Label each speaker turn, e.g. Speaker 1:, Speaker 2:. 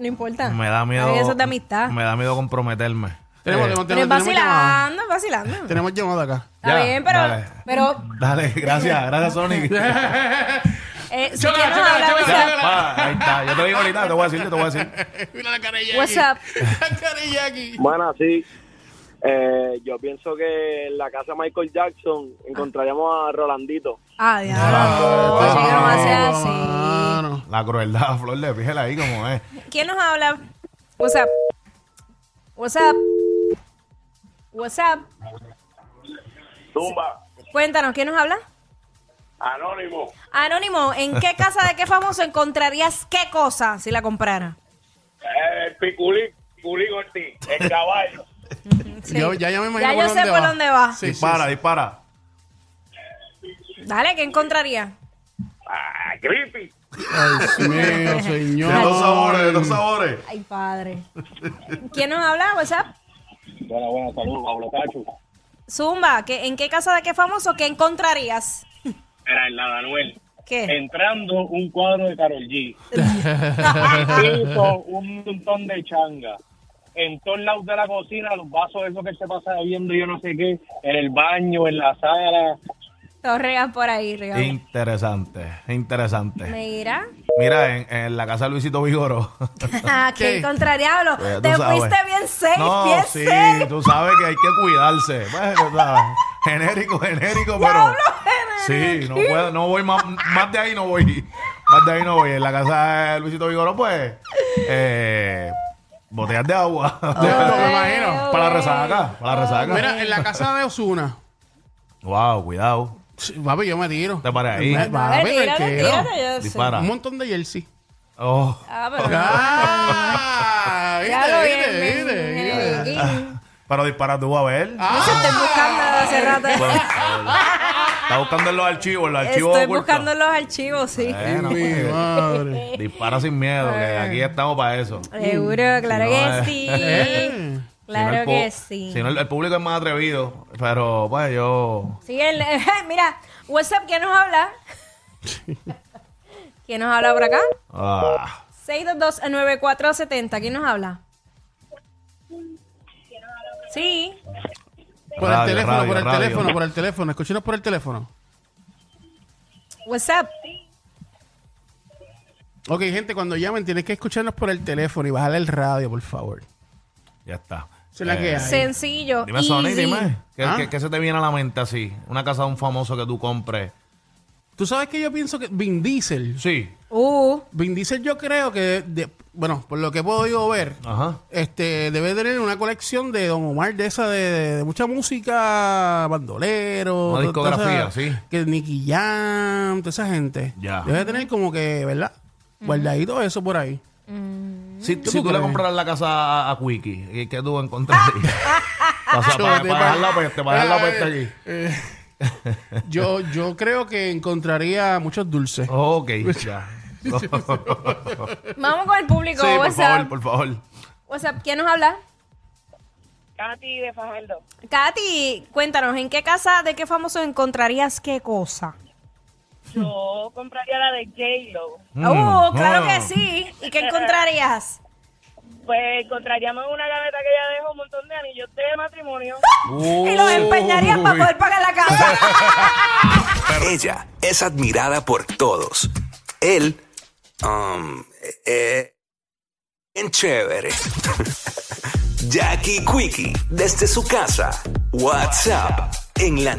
Speaker 1: No importa.
Speaker 2: Me da miedo.
Speaker 1: Ay, eso es de amistad.
Speaker 2: Me da miedo comprometerme.
Speaker 3: Tenemos,
Speaker 2: Eh,
Speaker 3: tenemos,
Speaker 1: Pero es
Speaker 3: tenemos, llamada.
Speaker 1: vacilando, es vacilando.
Speaker 3: Tenemos llamada acá.
Speaker 1: Está
Speaker 2: Ya,
Speaker 1: bien, pero,
Speaker 2: dale.
Speaker 1: pero
Speaker 2: Dale, gracias, gracias, Sonic.
Speaker 1: eh, si quieres
Speaker 3: Chócala, chócala,
Speaker 1: hablar,
Speaker 3: chócala,
Speaker 1: mira,
Speaker 3: chócala.
Speaker 2: Va, ahí está. Yo te digo ahorita, te voy a decir, te voy a decir.
Speaker 3: Mira la carilla
Speaker 1: What's up?
Speaker 3: La carilla aquí.
Speaker 4: Bueno, sí. Eh, yo pienso que en la casa de Michael Jackson encontraríamos a Rolandito.
Speaker 1: Ah, diablo, no,
Speaker 2: Ah,
Speaker 1: chico, no va a ser
Speaker 2: no,
Speaker 1: así.
Speaker 3: Mano.
Speaker 2: La crueldad, Flor de piel ahí como es.
Speaker 1: ¿Quién nos habla? What's up? What's up? What's up?
Speaker 4: Tumba,
Speaker 1: Cuéntanos, ¿quién nos habla?
Speaker 4: anónimo.
Speaker 1: Anónimo, ¿en qué casa de qué famoso encontrarías qué cosa si la comprara?
Speaker 4: El eh, piculí, piculí Ortiz, el caballo.
Speaker 3: Yo, ya, ya me imagino
Speaker 1: Ya yo sé por dónde va.
Speaker 3: Sí, sí,
Speaker 2: dispara,
Speaker 3: sí.
Speaker 2: dispara.
Speaker 1: Dale, ¿qué encontraría?
Speaker 4: Ah, Griffith.
Speaker 3: Ay, Dios mío, señor.
Speaker 2: De dos sabores, de dos sabores.
Speaker 1: Ay, padre. ¿Quién nos habla? What's up?
Speaker 4: Bueno, bueno, saludos, Pablo Cacho.
Speaker 1: Zumba, ¿qué- ¿en qué casa de qué famoso qué encontrarías?
Speaker 4: Era en la Manuel.
Speaker 1: ¿Qué?
Speaker 4: Entrando un cuadro de Carol G.
Speaker 1: Ah.
Speaker 4: Hizo un montón de changa. En todos lados de la cocina, los vasos esos que se pasa bebiendo, yo no sé qué. En el baño, en la sala.
Speaker 1: Todos regan por ahí, regan.
Speaker 2: Interesante, interesante.
Speaker 1: Mira.
Speaker 2: Mira, en, en la casa de Luisito Vigoro.
Speaker 1: Ah, ¿Qué
Speaker 3: ¿Qué?
Speaker 1: encontraría? Lo-
Speaker 2: Pues, tú
Speaker 1: Te
Speaker 2: sabes.
Speaker 1: fuiste bien safe,
Speaker 2: No,
Speaker 1: bien
Speaker 2: sí,
Speaker 1: safe.
Speaker 2: tú sabes que hay que cuidarse. Bueno, sabes, genérico, genérico, pero. Sí, no puedo, no voy más, más de ahí no voy. Más de ahí no voy. En la casa de Luisito Vigoro, pues, eh, botellas de agua.
Speaker 1: Oh,
Speaker 3: me imagino.
Speaker 2: para la resaca, para la resaca.
Speaker 3: Mira, en la casa de Osuna.
Speaker 2: Wow, cuidado.
Speaker 3: Sí, Papi, yo me tiro.
Speaker 2: Te paras ahí.
Speaker 3: Me-
Speaker 1: A ver,
Speaker 3: Papi,
Speaker 1: tírate,
Speaker 3: tranquilo.
Speaker 1: tírate, yo sé.
Speaker 2: pues, Dispara.
Speaker 3: Un montón de jersey.
Speaker 2: Oh,
Speaker 1: Ah, pero
Speaker 3: Ah,
Speaker 1: ya lo vi.
Speaker 3: viste, viste, viste, viste.
Speaker 2: pero dispara tú a ver.
Speaker 1: Estoy buscando hace rato.
Speaker 2: Bueno, Está buscando en los archivos, en los archivos.
Speaker 1: Estoy
Speaker 2: ocultos.
Speaker 1: buscando los archivos, sí.
Speaker 2: Bueno,
Speaker 3: Mi
Speaker 2: pues,
Speaker 3: madre.
Speaker 2: dispara sin miedo, que aquí estamos para eso.
Speaker 1: Seguro, claro que
Speaker 2: Si no, eh.
Speaker 1: sí.
Speaker 3: Eh.
Speaker 1: Claro
Speaker 2: Si no, el
Speaker 1: que
Speaker 2: pu-
Speaker 1: sí.
Speaker 2: Si no, el, el público es más atrevido, pero pues yo...
Speaker 1: Sí, el- eh, mira, WhatsApp, ¿quién nos habla? ¿Quién nos habla por acá?
Speaker 2: ah,
Speaker 1: 622-9470, ¿quién nos habla? Sí.
Speaker 3: Por el
Speaker 2: Radio,
Speaker 3: teléfono,
Speaker 2: radio,
Speaker 3: por el
Speaker 2: radio.
Speaker 3: teléfono, por el teléfono. Escúchenos por el teléfono.
Speaker 1: WhatsApp.
Speaker 3: Ok, gente, cuando llamen tienes que escucharnos por el teléfono y bajarle el radio, por favor.
Speaker 2: ya está. Eh,
Speaker 3: Esa es la que hay.
Speaker 1: Sencillo.
Speaker 2: Dime, Sony,
Speaker 1: easy.
Speaker 2: dime. ¿Qué,
Speaker 3: Ah.
Speaker 2: qué- qué se te viene a la mente así? Una casa de un famoso que tú compres.
Speaker 3: Tú sabes que yo pienso que Vin Diesel.
Speaker 2: Sí.
Speaker 1: Uh,
Speaker 3: Vin Diesel yo creo que, de- bueno, por lo que he podido ver,
Speaker 2: Ajá.
Speaker 3: este debe tener una colección de Don Omar de esa de, de mucha música, bandolero,
Speaker 2: Una
Speaker 3: toda esa-
Speaker 2: discografía, sí.
Speaker 3: Que Nicky Jam, toda esa gente.
Speaker 2: Ya.
Speaker 3: Debe tener como que, ¿verdad? Guardadito eso por ahí.
Speaker 2: Si, si
Speaker 3: tú
Speaker 2: tú le
Speaker 3: crees?
Speaker 2: compraras la casa a, a Quickie, ¿qué- ¿qué tú encontrarías? o sea, para,
Speaker 3: Chote,
Speaker 2: para dejar la
Speaker 3: pa-
Speaker 2: peste, para dejar pues, la peste aquí.
Speaker 3: Eh, eh, yo, yo creo que encontraría muchos dulces.
Speaker 2: Ok, ya. sí,
Speaker 1: vamos con el público.
Speaker 2: por
Speaker 1: WhatsApp.
Speaker 2: favor, por favor.
Speaker 1: WhatsApp, ¿quién nos habla?
Speaker 5: Katy de Fajardo.
Speaker 1: Katy, cuéntanos, ¿en qué casa de qué famoso encontrarías qué cosa?
Speaker 5: Yo compraría la de J-Lo.
Speaker 1: Oh,
Speaker 2: Mm,
Speaker 1: claro
Speaker 2: ah.
Speaker 1: que sí. ¿Y qué encontrarías?
Speaker 5: Pues encontraríamos en una gaveta que ella dejó un montón de anillos de matrimonio.
Speaker 1: Y los empeñarías para
Speaker 2: Uy.
Speaker 1: poder pagar la casa.
Speaker 6: Ella es admirada por todos. Él, eh, um, eh, bien chévere. Jackie Quickie desde su casa. WhatsApp en la